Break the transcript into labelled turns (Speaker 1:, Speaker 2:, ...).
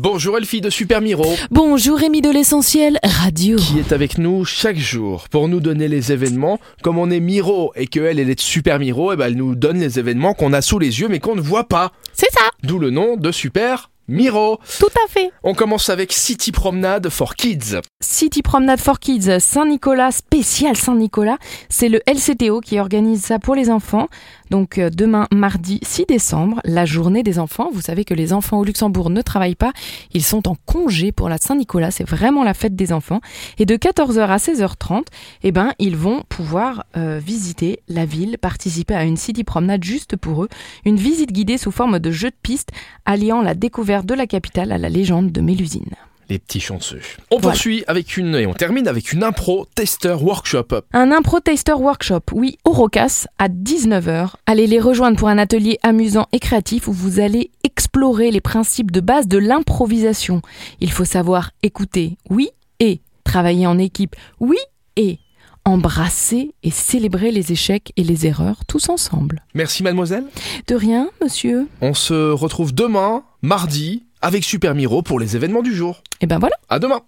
Speaker 1: Bonjour Elfie de Super Miro
Speaker 2: Bonjour Rémi de l'essentiel radio.
Speaker 1: qui est avec nous chaque jour pour nous donner les événements. Comme on est Miro et que elle, elle est Super Miro, et ben elle nous donne les événements qu'on a sous les yeux mais qu'on ne voit pas.
Speaker 2: C'est ça,
Speaker 1: D'où le nom de Super Miro.
Speaker 2: tout à fait.
Speaker 1: On commence avec City Promenade for Kids.
Speaker 2: City Promenade for Kids Saint-Nicolas, spécial Saint-Nicolas. C'est le LCTO qui organise ça pour les enfants. Donc euh, demain, mardi 6 décembre, la journée des enfants. Vous savez que les enfants au Luxembourg ne travaillent pas. Ils sont en congé pour la Saint-Nicolas. C'est vraiment la fête des enfants. Et de 14h à 16h30, eh ben, ils vont pouvoir euh, visiter la ville, participer à une City Promenade juste pour eux. Une visite guidée sous forme de jeu de piste, alliant la découverte de la capitale à la légende de Mélusine.
Speaker 1: Les petits chanceux. On
Speaker 2: Voilà.
Speaker 1: poursuit avec une et on termine avec une impro tester workshop.
Speaker 2: Un impro taster workshop, oui, au Rocas, à 19h. Allez les rejoindre pour un atelier amusant et créatif où vous allez explorer les principes de base de l'improvisation. Il faut savoir écouter, oui, et travailler en équipe, oui, et embrasser et célébrer les échecs et les erreurs tous ensemble.
Speaker 1: Merci mademoiselle.
Speaker 2: De rien, monsieur
Speaker 1: On se retrouve demain, mardi, avec Super Miro pour les événements du jour.
Speaker 2: Et ben voilà
Speaker 1: À demain.